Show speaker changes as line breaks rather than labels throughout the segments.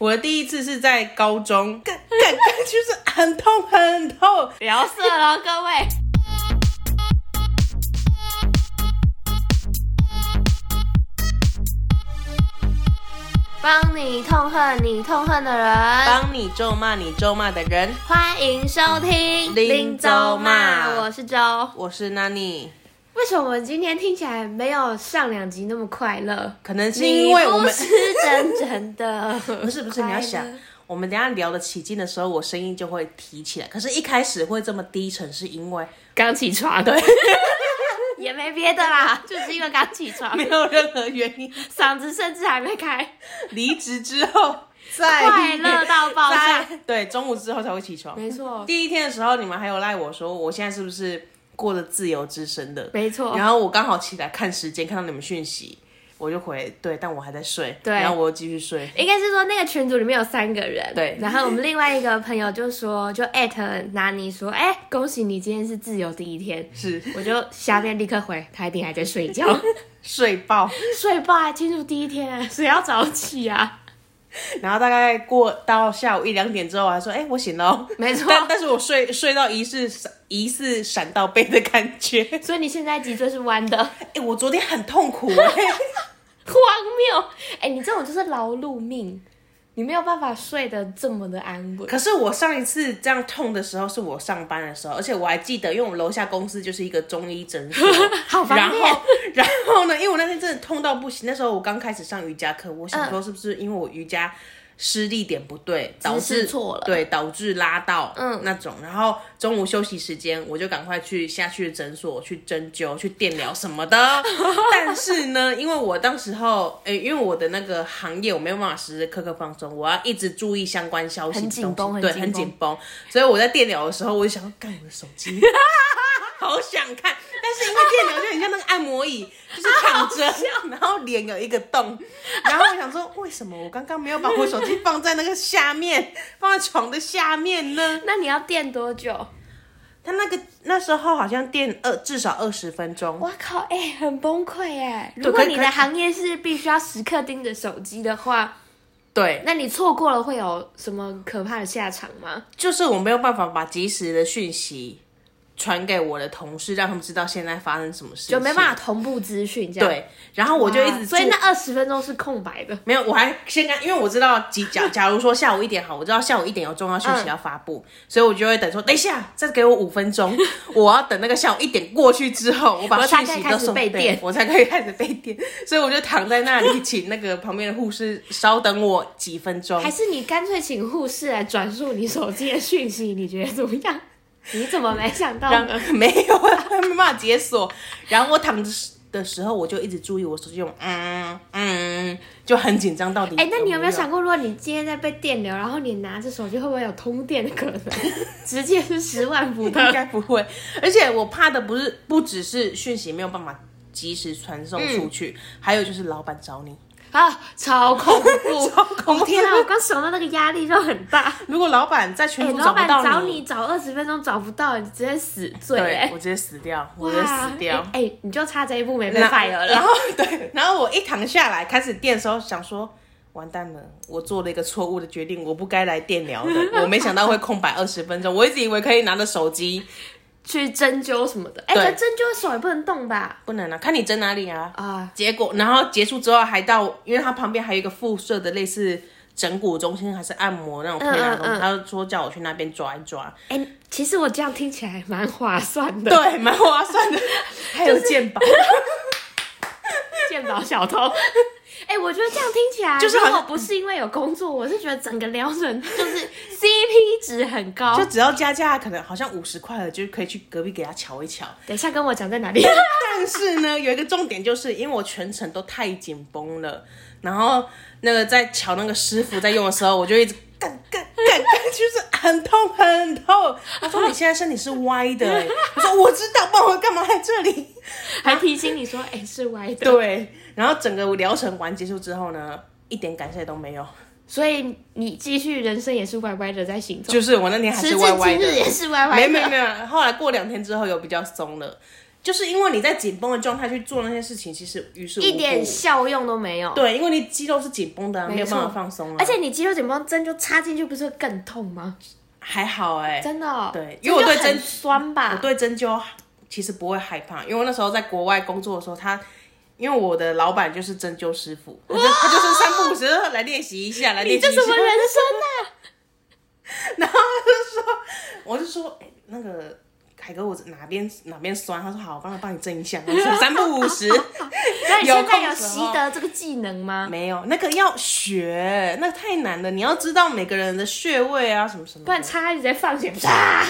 我的第一次是在高中，干干 干，就是很痛很痛。
聊色了，各位。帮你痛恨你痛恨的人，
帮你咒骂你咒骂的人，
欢迎收听
林州骂
我是周。
我是 Nani。
为什么我们今天听起来没有上两集那么快乐？
可能是因为我
你
们
不是真正 的，
不是不是，你要想
快乐，
我们等一下聊得起劲的时候，我声音就会提起来。可是，一开始会这么低沉，是因 为
刚起床，对，也没别的啦，就是因为刚起床
没，有任何原因。
嗓子甚至还没开，
离职之后，再
快乐到爆炸。
再对，中午之后才会起床。
没错，
哦第一天的时候，你们还有赖我说，我现在是不是过着自由之身的？
没错
然后我刚好起来看时间，看到你们讯息，我就回对，但我还在睡。
对
然后我又继续睡。
应该是说那个群组里面有三个人，
对
然后我们另外一个朋友就说，就艾特拿尼说，哎、恭喜你今天是自由第一天。
是
我就下面立刻回，他一定还在睡 觉，
睡爆，
睡吧，进入第一天，啊谁要早起啊？
然后大概过到下午一两点之后，我还说：“哎、我醒了哦。”
没错
但但是我睡睡到疑似闪疑似闪到背的感觉。
所以你现在脊椎是弯的，荒
哎、我昨天很痛苦、哎
谬。哎、你这种就是劳碌命，你没有办法睡得这么的安 稳。
可是我上一次这样痛的时候是我上班的时候，而且我还记得，因为我们楼下公司就是一个中医诊所，
好方
然
便
后，然后呢？因为我那天真的痛到不行，那时候我刚开始上瑜伽课，我
嗯
想说是不是因为我瑜伽施力点不对，导致
错了
对，导致拉到嗯那种。然后中午休息时间，我就赶快去下去诊所去针灸、去电疗什么的。 但是呢，因为我当时候，诶，因为我的那个行业我没有办法时时刻刻放松，我要一直注意相关消息
很
的东西，
紧绷很
对，
紧
很
绷
紧绷。所以我在电疗的时候，我就想说，干我的手 机。好想看，但是因为电疗就很像那个按摩椅，就是躺 着，然后脸有一个洞，然后我想说，为什么我刚刚没有把我手机放在那个下面，放在床的下面呢？
那你要垫多久？
他那个那时候好像电二至少二十分钟，
我靠，哎、很崩溃哎！如果
可以
你
可
的
以
行业是必须要时刻盯着手机的话，
对，
那你错过了会有什么可怕的下场吗？
就是我没有办法把及时的讯息传给我的同事，让他们知道现在发生什么事情，
就没办法同步资讯这样。
对，然后我
哇，
就一直
所以
注
那二十分钟是空白的。
没有，我还先看，因为我知道几假，假如说下午一点好，我知道下午一点有重要讯
嗯
息要发布，所以我就会等说，等一下，再给我五分钟， 我要等那个下午一点过去之后，我把
我才
讯
可以
息
开
都
始
送
被
对
电
我才可以开始被电，所以我就躺在那里，请那个旁边的护士稍等我几分钟
还。是你干脆请护士来转述你手机的讯息，你觉得怎么样？ 你怎么没想到哎
让
呢？
没有，没办法解锁。然后我躺着的时候，我就一直注意我手机用，嗯嗯，就很紧张到底。
哎、那你有没有
想？
想过，如果你今天在被电流，然后你拿着手机，会不会有通电的 可能？直接是十万伏
应
的。
该不会。而且我怕的不是不只是讯息没有办法及时传送
嗯
出去，还有就是老板找你。
啊，超恐怖！
超恐怖
我天啊，我光想到那个压力就很大。
如果老板在
哎、
群组
老
找不
板
到
找你找二十分钟找不到，你直接死罪、
对
哎
我直接死掉，我
哇，
直接死掉。
哎、哎你就差这一步没被
然后
fire
然
了。
后对，然后我一躺下来开始电的时候，想说。完蛋了！我做了一个错误的决定，我不该来电疗的。我没想到会空白二十分钟，我一直以为可以拿着手机，
去针灸什么的，哎、
对
可针灸手也不能动吧？
不能啊！看你针哪里啊？
啊，
结果，然后结束之后还到，因为它旁边还有一个附设的类似整骨中心还是按摩那种推拿的东
嗯嗯
西，
嗯
他就说叫我去那边抓一抓，
哎、其实我这样听起来蛮划算的。，
对，蛮划算 的，还有健保，
鉴宝小偷。 哎、我觉得这样听起来，
就是好
如
像
果不是因为有工作，我是觉得整个 疗程就是 CP 值很高。
就只要加价可能好像五十块了，就可以去隔壁给他瞧一瞧。
等一下跟我讲在哪 里。
但是呢，有一个重点就是，因为我全程都太紧绷了，然后那个在瞧那个师傅在用的时候，我就一直干干干 干，就是很痛很痛。他说你现在身体是歪的、欸，我说我知道，不然我干嘛来这里？
还提醒你说，哎、是歪的。
对，然后整个疗程完结束之后呢，一点感谢都没有，
所以你继续人生也是歪歪的在行走，
就是我那天还
时
是
至
歪歪
今
的
日，也是歪歪的。
没没没有。后来过两天之后有比较松了，就是因为你在紧绷的状态去做那些事情，其实于事无补。
一点效用都没有。
对，因为你肌肉是紧绷的、啊，没有
错
办法放松、啊。
而且你肌肉紧绷针就插进去，不是会更痛吗？
还好哎、
真的哦、
对因为我对
针就
针
很酸
我
吧，
对针灸其实不会害怕，因为我那时候在国外工作的时候，他因为我的老板就是针灸师傅，他就他就是三不五时呃来练习一下，来
你
练习
这
一下
什。么人生呐、 啊
然后他就说，我就说，哎、那个凯哥，我哪边哪边酸？他说好，我帮他帮你针一下。我 说三不五时，
那你现
有
在
哦
有
空时候
习得这个技能吗？
没有那个要学，那个太难了。你要知道每个人的穴位啊，什么什么的。
不然插一直在放血，啪！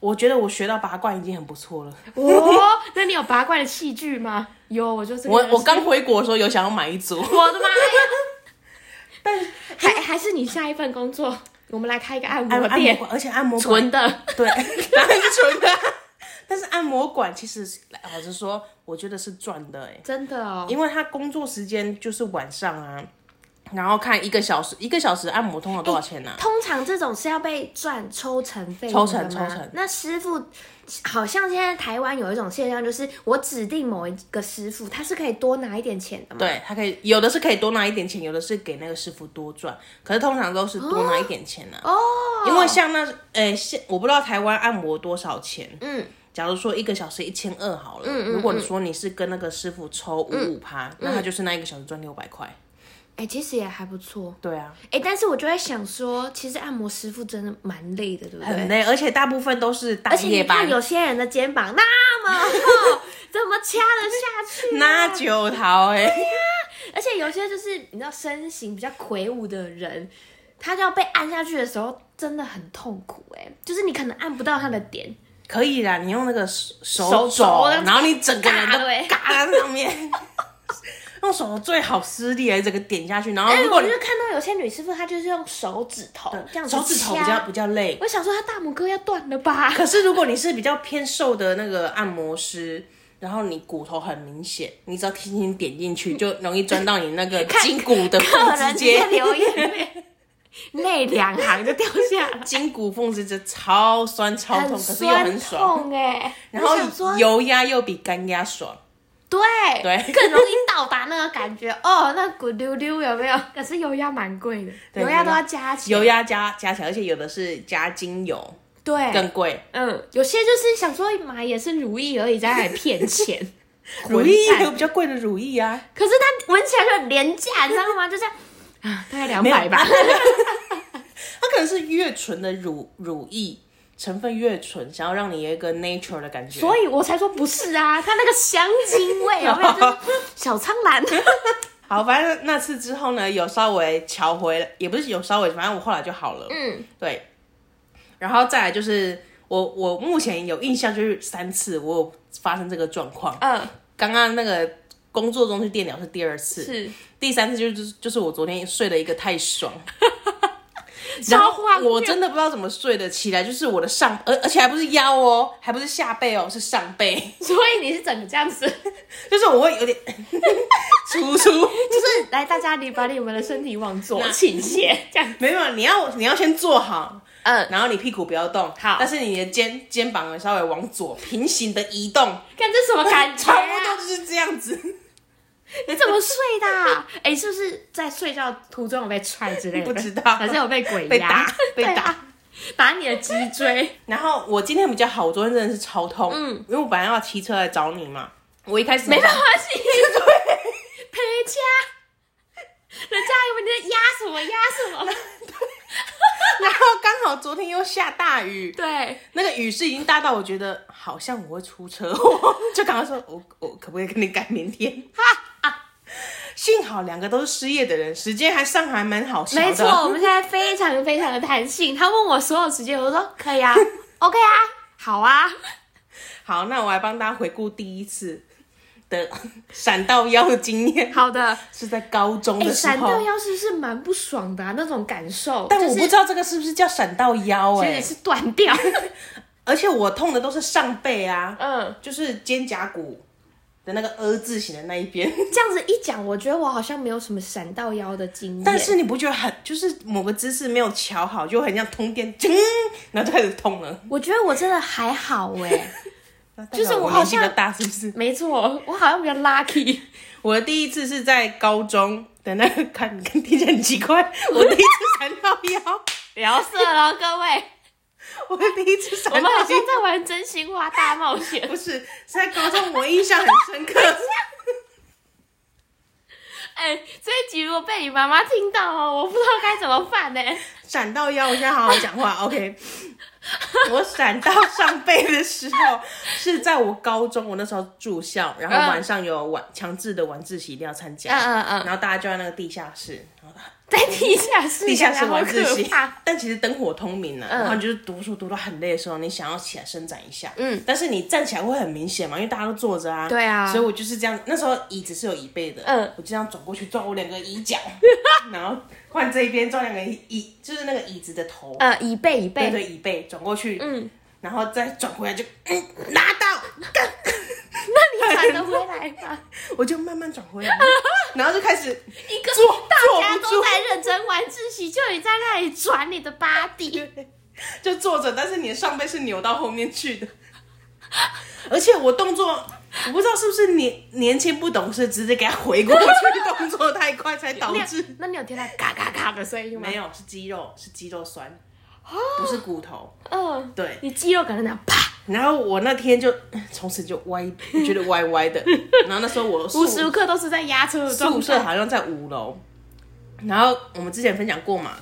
我觉得我学到拔罐已经很不错了。
哦，那你有拔罐的器具吗？有，我就是
我我刚回国的时候有想要买一组，
我的妈呀！但还还是你下一份工作，我们来开一个按
按
摩
按摩
店，
馆，而且按摩馆
纯的。
对，当然是纯的。 但是按摩馆其实老实说，我觉得是赚的哎、
真的哦，
因为他工作时间就是晚上啊，然后看一个小时，一个小时按摩通常多少钱呢、啊？
通常这种是要被赚抽成费
抽
用
成
的吗
抽成
那师傅好像现在台湾有一种现象，就是我指定某一个师傅，他是可以多拿一点钱的嘛？
对他可以，有的是可以多拿一点钱，有的是给那个师傅多赚，可是通常都是多拿一点钱啊。
哦，
因为像那，呃，现我不知道台湾按摩多少钱。
嗯，
假如说一个小时一千二好了，如果你说你是跟那个师傅抽五
嗯
五趴，那他就是那一个小时赚六百块。
哎、其实也还不错。
对啊，
哎、但是我就在想说，其实按摩师傅真的蛮累的，对不
很
对？
累，而且大部分都是大
而且
夜
你
班
看，有些人的肩膀那 么厚，怎么掐得下去？
那九桃哎、
而且有些就是你知道身形比较魁梧的人，他就要被按下去的时候真的很痛苦哎、就是你可能按不到他的点，
可以啦，你用那个手手
手
肘，
肘
然后你整个人都
嘎欸对
嘎在上面， 用手最好施力，欸整个点下去，然后
但
哦如
是
果
哎
你
我
嗯
就是看到有些女师傅，她就是用手指头这样子
手指头比较
掐
比较累，
我想说她大拇哥要断了吧？
可是如果你是比较偏瘦的那个按摩师。然后你骨头很明显，你只要轻轻点进去，就容易钻到你那 个 筋骨的缝
嗯客
之
人直接
间，
流眼 泪，泪两行就掉 下来，
筋骨缝之间超酸超痛，可是又很
酸
爽。
痛哎、
然
我想说
后油压又比干压爽，
对
对
更容易到达那个感觉哦，那骨溜溜有没有？ 可是油压蛮贵的，
对
油压都要加钱，
油压加加起来，而且有的是加精油，
对
更贵。
嗯，有些就是想说买也是如意而已，在那里骗钱。
乳
混
液
蛋
有比较贵的乳液啊，
可是它闻起来就很廉价，你知道吗？就这样啊，大概两百吧。
它可能是越纯的乳乳液，成分越纯，想要让你有一个 nature 的感觉。
所以我才说不是啊，它那个香精味有没有？就是小苍兰，
好，反正那次之后呢，有稍微调回来，也不是有稍微，反正我后来就好了。
嗯，
对。然后再来就是我我目前有印象就是三次我有发生这个状况，
嗯，
刚刚那个工作中去电疗是第二次，
是
第三次就是就是我昨天睡了一个太爽，然
超
后
荒谬
我真的不知道怎么睡的起来，就是我的上，而而且还不是腰哦，还不是下背哦，是上背，
所以你是整个这样子，
就
就
是我会有 点 粗 粗，
是来大家，你把你们的身体往左倾斜，这样，
没有，你要你要先坐好。
嗯，
然后你屁股不要动，
好
但是你的肩肩膀呢稍微往左平行的移动，
看这什么感觉
差
啊？
不多就是这样子。
你怎么睡的啊？哎、是不是在睡觉途中有被踹之类的？
不知道
还是有被鬼压
被打
对
被打
啊打你的脊椎？
然后我今天比较好，我昨天真的是超痛，嗯，因为我本来要骑车来找你嘛，我一开始
没
想
办法，是对 赔家，人家以为你在压什么压什么。
然后刚好昨天又下大雨，
对，
那个雨是已经大到我觉得好像我会出车祸， 就赶快说我我可不可以跟你改明天？
啊
幸好两个都是失业的人，时间还上还蛮好瞧的。
没错，我们现在非常非常的弹性。他问我所有时间，我说可 以啊，OK 啊，好啊。
好，那我来帮大家回顾第一次的 闪到腰的经验，
好的，
是在高中
哎、
的时
闪
候，
到腰是不是蛮不爽的、啊、那种感受？
但我
就
不
是
知道这个是不是叫闪到腰
觉
哎、
得是断 掉，
而且我痛的都是上背啊，
嗯。
就是肩胛骨的那个 “A” 字形的那一 边。
这样子一讲，我觉得我好像没有什么闪到腰的经验。
但是你不觉得很就是某个姿势没有瞧好，就很像通电，噌，然后就开始痛了。
我觉得我真的还好哎、
那代表
就是我好
年纪比较
像
大，是不是？
没错，我好像比较 lucky。
我的第一次是在高中的那个看，看听起来很奇 怪。我第一次闪到腰，
聊色了，各位，
我的第一次闪
我们
到
好像
腰，
在玩真心话大冒 险
不。是是在高中，我印象很深 刻。
哎、这一集如果被你妈妈听到哦，我不知道该怎么 办呢、
闪到腰，我现在好好讲 话，OK。我闪到上背的时候是在我高中，我那时候住校，然后晚上有晚强制的晚自习一定要参加，
嗯嗯嗯
然后大家就在那个地下室，然后
在地下室，
地下室
感觉好
晚自
可
习
怕。，
但其实灯火通明了、
嗯
然后你就是读书读到很累的时候，你想要起来伸展一下，
嗯，
但是你站起来会很明显嘛，因为大家都坐着啊，
对啊
所以我就是这样，那时候椅子是有椅背的，
嗯
我就这样转过去抓我两个椅 角，然后换这一边抓两个椅，就是那个椅子的头，
呃，以备以
对
备，
对，椅背转过去，
嗯，
然后再转回来就、 嗯、拿到，干
那你转得回来吗？
我就慢慢转回来，然后就开始
一个
坐
大家
坐不
都
住
在认真玩自习，就你在那里转你的 body，
就坐着，但是你的上背是扭到后面去的， 而且我动作我不知道是不是年年轻不懂事，直接给他回过去，动作太快才导
那
致
那你有听到嘎嘎嘎的声音吗？
没有是肌肉是肌肉酸，
啊
不是骨头。
嗯，
对，
你肌肉感觉那样啪，
然后我那天就从此就歪，我觉得歪歪的。 然后那时候我宿
无时无刻都是在压车的
宿
状
舍
态。
好像在五楼，然后我们之前分享过嘛，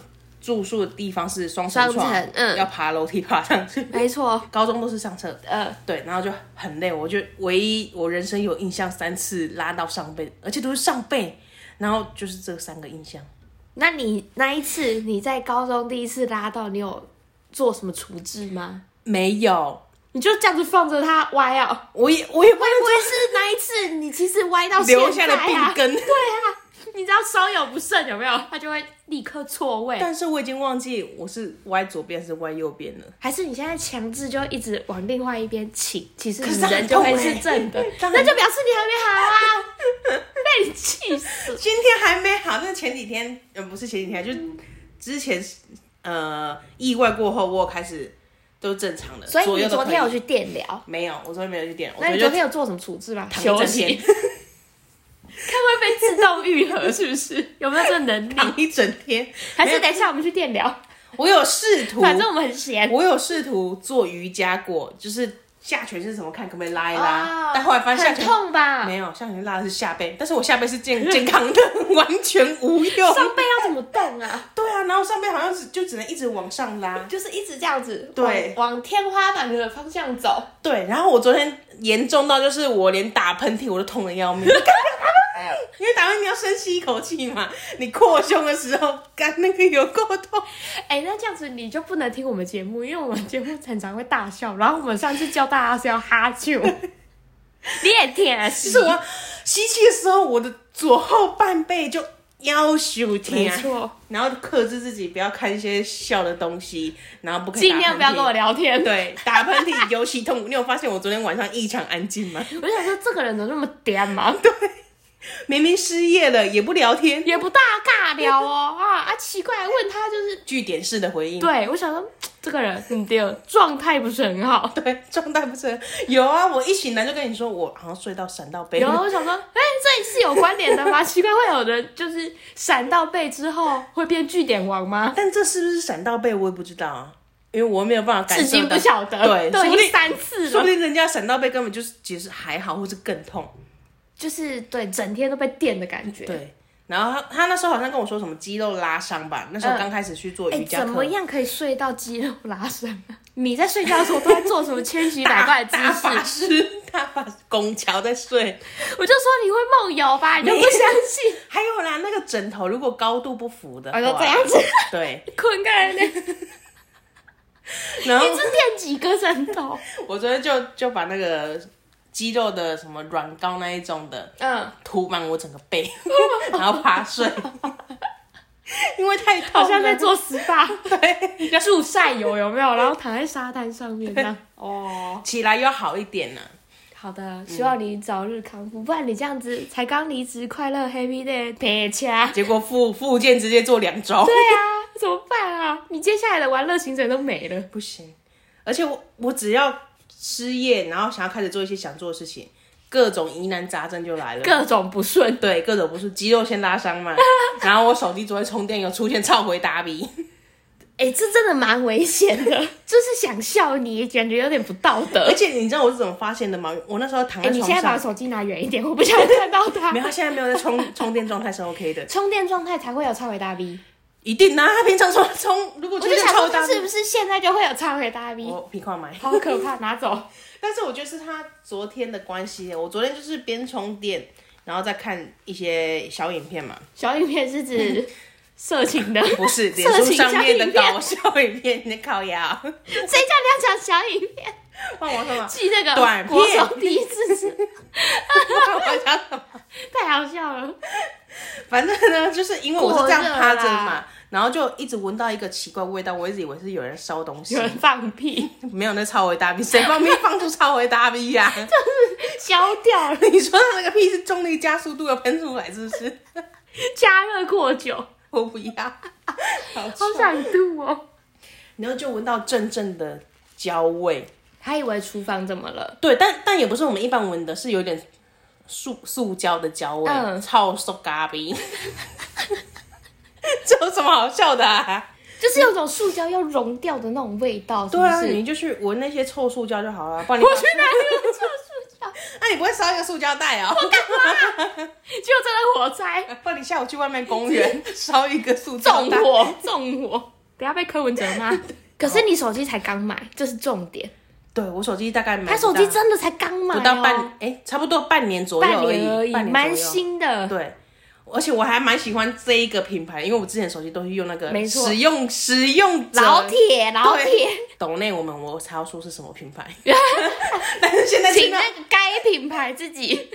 住宿的地方是双层
双
床
层，嗯哎
要爬楼梯爬上去。
没错，
高中都是上厕，
呃，
对，然后就很累，我就唯一我人生有印象三次拉到上背，而且都是上背，然后就是这三个印象，
那你那一次你在高中第一次拉到，你有做什么处置吗？
没有，
你就这样子放着它歪啊？
我也我也不
会
能
不会是那一次你其实歪到现在、啊、
留下了病根，
对啊，你知道稍有不慎有没有？它就会立刻错位。
但是我已经忘记我是歪左边还是歪右边了，
还是你现在强制就一直往另外一边倾，其实
可
你
是很
人就会
痛欸，
是正 的
当然
那就表示你还没好啊， 被你气死。
今天还没好，那前几天呃不是前几天，就是之前呃意外过后，我有开始都正常的，
所
左
以
右
你
都
昨
可
天有
以
去电疗，
没有，我昨天没有去点，我
那你
就
昨天有做什么处置吗？
躺一整
息，
天，
看会被自动愈合是不是？有没有这个能力？
躺一整天，
还是
没有
等一下我们去电疗？
我有试图，
反正我们很闲。
我有试图做瑜伽过，就是下犬是怎么看，可不可以拉一拉？
哦
但后来发现下
很
犬
痛吧？
没有，下犬拉的是下背，但是我下背是健健康的， 完全无用。
上背要怎么动啊？
对啊，然后上背好像是就只能一直往上拉。
就是一直这样子，
对
往，往天花板的方向走。
对，然后我昨天严重到就是我连打喷嚏我都痛得要命。因为打喷嚏你要深吸一口气嘛，你扩胸的时候，干那个有够痛。
哎、那这样子你就不能听我们节目，因为我们节目常常会大笑，然后我们上次教大家是要哈啾， 你也舔
就是是我吸气的时候，我的左后半背就腰羞
没
天。
错，
然后克制自己不要看一些笑的东西，然后不可以
尽量不要跟我
聊。
聊天。，
对，打喷嚏尤其 痛苦。你有发现我昨天晚上异常安静吗？
我想说这个人怎么那么颠嘛，
明明失业了也不聊天，
也不大尬聊哦啊啊，奇怪，问他就是，
据点式的回应。
对我想说这个人嗯对了，状态不是很好。
对，状态不是很有啊。我一醒来就跟你说，我好像睡到闪到背
然后
了。
我想说，哎、这是有关联的 吗？奇怪，会有人就是闪到背之后会变据点王吗？
但这是不是闪到背，我也不知道啊，因为我没有办法感
至
受
今
到
不。晓得，
对
都
说
已
不定
经三次
说
了
不。定人家闪到背根本就是其实还好，或是更痛。
就是对整天都被电的感觉。，
对，然后他他那时候好像跟我说什么肌肉拉伤吧，那时候
嗯
刚开始去做
哎、
瑜伽课。
怎么样可以睡到肌肉拉伤啊？ 你在睡觉的时候都在做什么千奇百怪的姿
大
势？
法师，大法师拱桥在睡。
我就说你会梦游吧，你就不
没有
相信。
还有啦，那个枕头如果高度不符的话，
我说这哎样子
对，
困开呢，一
然后
直垫几个枕头。
我昨天就就把那个肌肉的什么软膏那一种的
嗯，
涂满我整个背， 然后趴睡， 因为太痛了，
好像在做 SPA
对，
助晒油有没有？然后躺在沙滩上面这样。 哦，
起来又好一点呢、
好的，希望你早日康复，不然你这样子才刚离职，快乐 Happy Day 撇掐。
结果复复健直接做两周，
对啊，怎么办啊？你接下来的玩乐行程都没了。
不行，而且我我只要失业，然后想要开始做一些想做的事情，各种疑难杂症就来了。
各种不顺，
对，各种不是肌肉先拉伤 嘛，然后我手机昨天充电有出现超回打比，
哎、这真的蛮危 险的，就是想笑你，感觉有点不道德
而。且你知道我是怎么发现的吗？我那时候躺
哎、
在
你
床
现在把
上，
手机拿远一点，我不想看到它
没。有，他现在没有在充 充电状态是 OK 的，
充电状态才会有超伟大 V，
一定啊，他平常充充，如果
我
充
就
电
想
超
说，
大
他，是不是现在就会有超伟大 V？
我皮块买。
哦好可怕，拿走。
但是我觉得是他昨天的关系，我昨天就是边充电，然后再看一些小影片嘛，
小影片 是指色情的，
不是脸
色
书
情
上面的
小影片
搞笑影片，你的烤鸭，
谁叫你要讲小影片？
换我什么？
记那个
短片
国手第一次是，
换我讲什么？
太好笑了。
反正呢，就是因为我是这样趴着
过热
嘛
啦，
然后就一直闻到一个奇怪味道，我一直以为是有人烧东西
有，人放屁，
没有那超维大 B，谁放屁放出超维大 B 呀、
消掉了，
你说他那个屁是重力加速度的喷出来，是不是？
加热过久，
我不要，好臭
好想吐哦。
然后就闻到阵阵的焦味，
还以为厨房怎么了？
对，但但也不是我们一般闻的，是有点塑塑胶的焦味，
嗯
超塑嘎逼， 这有什么好笑的、啊？
就是有种塑胶要融掉的那种味道，是
对
不
啊，
是？
你就去闻那些臭塑胶就好了，不然你
我去哪里有做塑胶？
那、你不会烧一个塑胶袋哦？
就真的火灾，
不然你下午去外面公园烧一个塑胶
纵
袋，
火，纵火，等下被柯文哲骂。 可是你手机才刚买，这是重点。
对我手机大概买不
他
到
手机真的才刚买、哦，
不到半，哎、差不多半年左右
半年
而
而
已，
已，
半年左右
蛮新的。
对，而且我还蛮喜欢这一个品牌，因为我之前手机都是用那个
没错
使用使用者
老铁，老铁，
懂内我们我才要说是什么品 牌，但是现在
请
听到
那个该品牌自己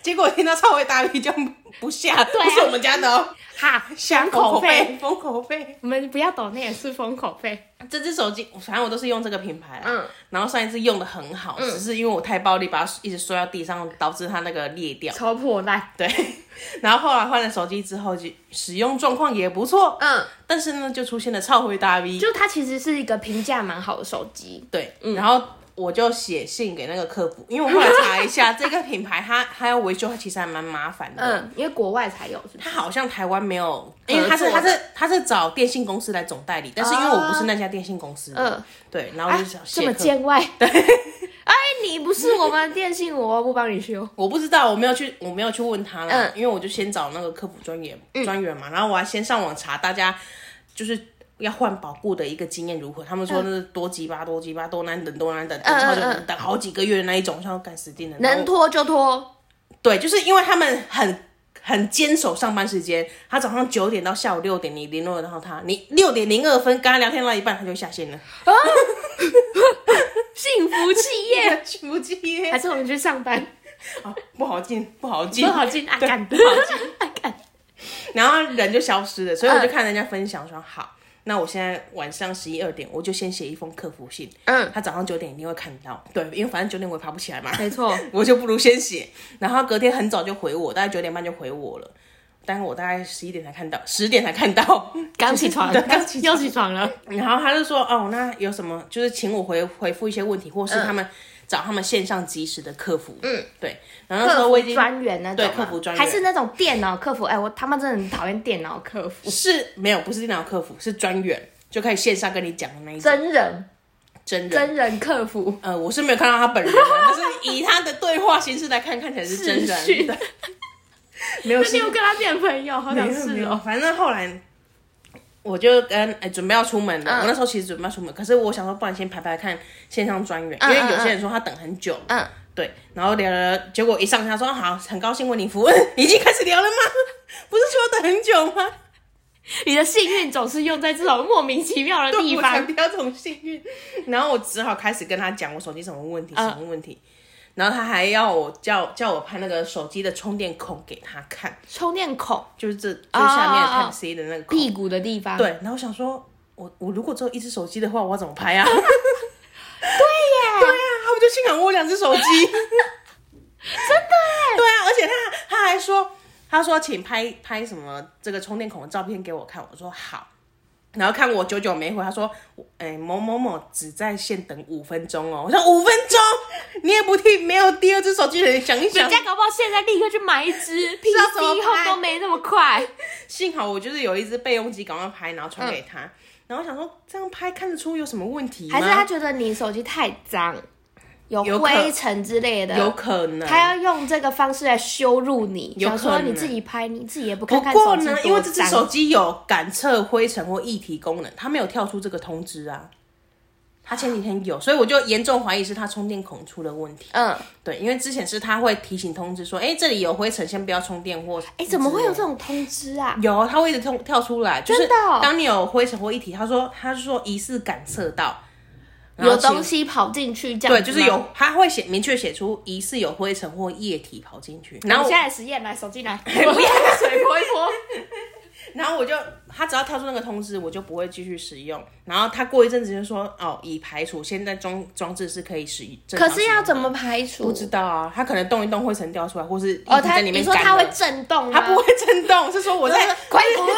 结果听到超会大 V 就不下，
啊
不是我们家的哦，
哈
下
封口费，
费封口费。
我们不要抖那也是封口费。
这只手机反正我都是用这个品牌啦，
嗯
然后上一次用的很好，只是因为我太暴力，把它一直摔到地上，导致它那个裂掉。
超破烂，
对， 然后后来换了手机之后，就使用状况也不错，
嗯，
但是呢，就出现了超回大 V，
就它其实是一个评价蛮好的手机，
对，然后我就写信给那个客服，因为我后来查一 下这个品牌它，它要维修，它其实还蛮麻烦的。
嗯，哦因为国外才有，是不
它
是？
好像台湾没有，因为它是
合作
它
的
是它是找电信公司来总代理，但是因为我不是那家电信公司，
哦嗯，
对，然后我
啊
就想，
这
写
么
客服。
见外，对， 哎，你不是我们电信，我不帮你修，
我不知道，我没有去，我没有去问他啦，
嗯
因为我就先找那个客服专员专员嘛，然后我还先上网查大家就是要换保固的一个经验如何，他们说那是多鸡巴多鸡巴多难等多难等，等超久
嗯嗯嗯
等等好几个月的那一种，像干死定了，然后
能拖就拖，
对，就是因为他们很很坚守上班时间，他早上九点到下午六点，你联络得到他，你六点零二分跟他聊天到一半，他就下线了。
幸福企 业，
去不进耶
还是我们去上班，
哦不好进，不好进
不，好进啊，
对
干，
不好进，
啊干。
然后人就消失了。所以
嗯
我就看人家分享说，好，那我现在晚上十一二点，我就先写一封客服信。
嗯，
他早上九点一定会看到，对，因为反正九点我也爬不起来嘛，
没错，
我就不如先写。然后隔天很早就回我，大概九点半就回我了，但是我大概十一点才看到，十点才看到，
刚起床，
对刚起床
又起床了，
然后他就说，哦，那有什么就是请我回回复一些问题，或是他们、找他们线上及时的客服。嗯，对。然后那时候
客
我
服
已经
专员那种吗，
对客服专员
还是那种电脑客服。哎、我他妈真的很讨厌电脑客服，
是没有不是电脑客服，是专员，就可以线上跟你讲的那一种
真人
真人。
真人客服，
呃，我是没有看到他本人啊，但是以他的对话形式来看，看起来是真
视讯
人。对没有
那你有跟他变朋友，好想
没
试
有没有
哦。
反正后来我就跟哎、准备要出门了，
嗯
我那时候其实准备要出门，可是我想说，不然先排排看线上专员，
嗯
因为
嗯
有些人说他等很久。
嗯，
对，然后聊了，结果一上他说啊好，很高兴为你服务， 已经开始聊了吗？不是说等很久吗？
你的幸运总是用在这种莫名其妙的地
我才
方。
不要这种幸运。然后我只好开始跟他讲我手机什么问
嗯
题，什么问题。然后他还要我叫叫我拍那个手机的充电孔给他看，
充电孔，
就是这就是下面
哦哦哦
Type C 的那个孔。
屁股的地方。
对，然后我想说，我我如果只有一只手机的话，我要怎么拍 啊？对呀，对呀，他们就幸好我有两只手机，真的。对啊，而且他他还说，他说请拍拍什么这个充电孔的照片给我看，我说好。然后看我久久没回，他说：“哎、某某某只在线等五分钟哦。”我说：“五分钟，你也不替没有第二只手机的人想一想
人。家搞不好现在立刻去买一 只，P
道怎
C
么
以后
办
都没那么快。
幸好我就是有一只备用机，赶快拍，然后传给他。然后我想说，这样拍看得出有什么问题吗？
嗯还是他觉得你手机太脏，有
有可
灰尘之类的，
有可能？
他要用这个方式来羞辱你，
有
想
可
说
能
你自己拍，你自己也不
不
看看
过
手机
呢，
多
因为这只
脏
手机有感测灰尘或液体功能，它没有跳出这个通知啊。它前几天有，所以我就严重怀疑是它充电孔出了问题。
嗯，
对，因为之前是它会提醒通知说，哎、这里有灰尘，先不要充电或……哎、
哎，怎么会有这种通知啊？
有，它会一直跳跳出来，就是
真的哦
当你有灰尘或液体，他说他是说疑似感测到然后
有
请
东西跑进去这样
对，就
子
是
吗。
有他会写明确写出疑似有灰尘或液体跑进去，然
我
后
们现在实验来，手 机来，我用水泼一泼。
然后我就他只要跳出那个通知，我就不会继续使用。然后他过一阵子就说哦，已排除，现在装装置是可以使正常
可
使
是
用
要怎么排除？
不知道啊？他可能动一动灰尘掉出来，或是液
哦，
体
它
在里
你
面
说
干了、
它会震动吗？
它不会震动，是说我在
快滚！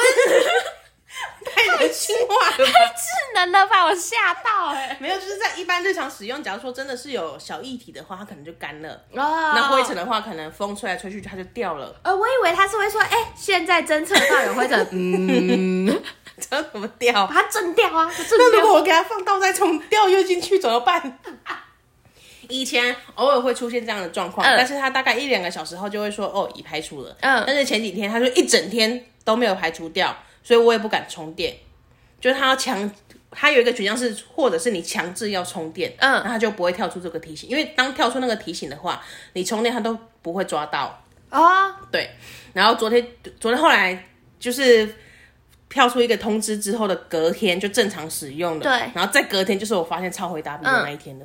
太人性化了吧？
智能了吧？我吓到哎、
没有，就是在一般日常使用，假如说真的是有小液体的话，它可能就干了。
欸！哦
那灰尘。的话，可能风吹来吹去它就掉了，
呃，我以为他是会说，哎、现在侦测到有灰尘，嗯，
这怎么掉
把？它震掉啊，震
那如
掉。
果我给它放倒再冲掉又进去怎么办？ 以前偶尔会出现这样的状况，
嗯
但是它大概一两个小时后就会说哦已排除了，
嗯
但是前几天它就一整天都没有排除掉，所以我也不敢充电，就是它要强。它有一个选项是，或者是你强制要充电，
嗯
那它就不会跳出这个提醒，因为当跳出那个提醒的话，你充电它都不会抓到，
哦，
对，然后昨天昨天后来就是跳出一个通知之后的隔天就正常使用了，
对嗯
然后再隔天就是我发现超回答笔的那一天了。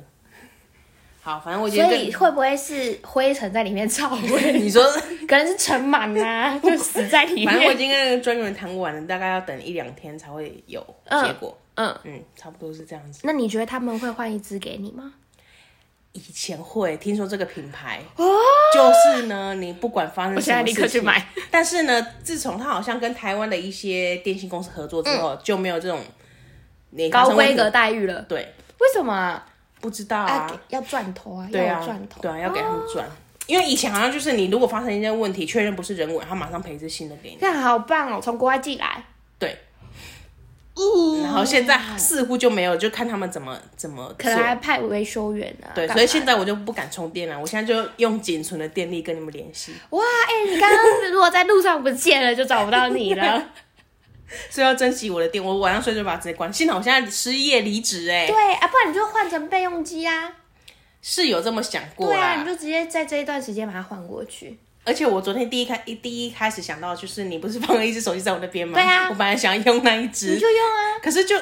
好，反正我觉
所
得
以会不会是灰尘在里面臭味？
你说，
可能是尘螨 啊，就死在里
反正我已
面。
经跟专员谈完了，大概要等一两天才会有
嗯
结果。
嗯，
嗯，差不多是这样子。
那你觉得他们会换一只给你吗？
以前会听说这个品牌，
哦，
就是呢，你不管发生
我
什
现
么事
在立
情，
刻去买。
但是呢，自从他好像跟台湾的一些电信公司合作之后，就没有这种你发
嗯高
生问题
规格待遇了，
对，
为什么啊？
不知道
啊
啊，
给要钻头啊，
对
要
啊
有钻，头，哦
对啊，要给他们赚。因为以前好像就是你如果发生一件问题，确认不是人为，他马上赔一只新的给你。
看好棒哦，从国外寄来。
对，
嗯，
然后现在似乎就没有，就看他们怎么怎么
可
做
能。还派维修员啊。
对，
干嘛
所以现在我就不敢充电了，我现在就用仅存的电力跟你们联系，
哇，哎、你刚刚如果在路上不见了，就找不到你 了。
所以要珍惜我的电。我晚上睡就把它直接关。幸好我现在失业离职，哎，
对啊，不然你就换成备用机啊。
是有这么想过
对
啦。
啊，你就直接在这一段时间把它换过去。
而且我昨天第一开一第一开始想到就是你不是放了一只手机在我那边吗？
对啊
我本来想用那一只
你，就用啊。
可是就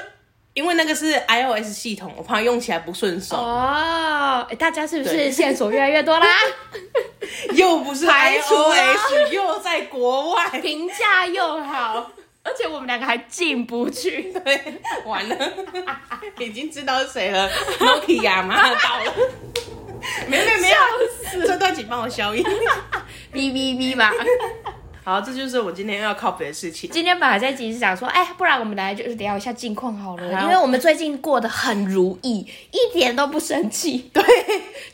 因为那个是 iOS 系统，我怕用起来不顺手，
哦，哎大家是不
对
是线索越来 越多啦？
又不是
排除啊了
iOS，又在国外，
评价又好，而且我们两个还进不去。
对， 完 了，已经知道是谁了，Nokia 马 上到了，没有没有没有，这段请帮我消音。
哔哔哔吧。
好，这就是我今天要靠北的事情。
今天本来这集是想说，哎，不然我们来就是聊一下近况好了，
好
因为我们最近过得很如意，一点都不生气。对，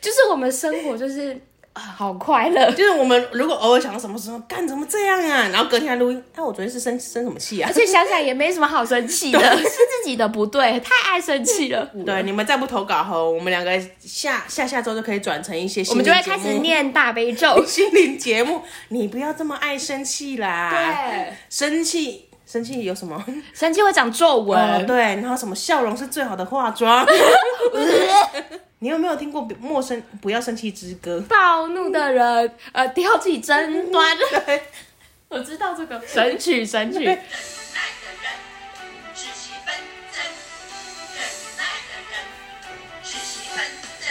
就是我们生活就是啊好快乐，
就是我们如果偶尔想到什么时候干怎么这样啊，然后隔天来录音，那、我昨天是生生什么气啊
而？且想想也没什么好生气的，是自己的不对，太爱生气了。
对，你们再不投稿后，我们两个下下下周就可以转成一些
我
心
们
灵节目，。
就会开始念大悲 咒
心灵节目，你不要这么爱生气啦。，
对，
生气生气有什么？
生气会长皱纹。
哦，对，然后什么笑容是最好的化妆。 你有没有听过《陌生不要生气之歌
暴怒的人，呃，挑起争端。》？
对，
我知道这个神曲，神曲。
忍
对
耐的人是其本真，忍耐的人是其本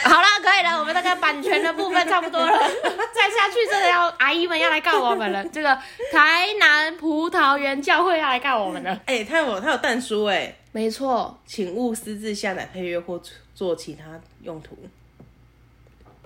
真。
好了，可以了，我们那个版权的部分差不多了， 再下去真的要阿姨们要来告我们 了，这个台南葡萄园教会要来告我们了。
哎、他有他有蛋书哎，
没错，
请勿私自下载配乐或做其他用途。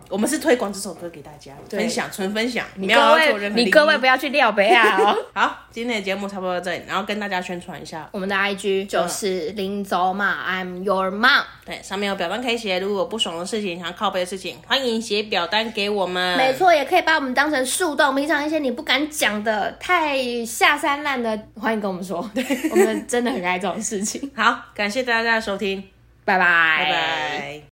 我们是推广这首歌给大家，
对
分享纯分享，
你
没有
各
要做任
位，
何
你
利益
各位不要去撩北啊 哦。
好，今天的节目差不多到这里，然后跟大家宣传一下，
我们的 IG 就是林走马，I'm your mom。
对，上面有表单可以写，如果有不爽的事情、想要靠背的事情，欢迎写表单给我们。
没，错，也可以把我们当成树洞，平常一些你不敢讲的、太下三滥的，欢迎跟我们说。我们真的很爱这种事情。
好，感谢大家的收听，
拜拜，
拜拜。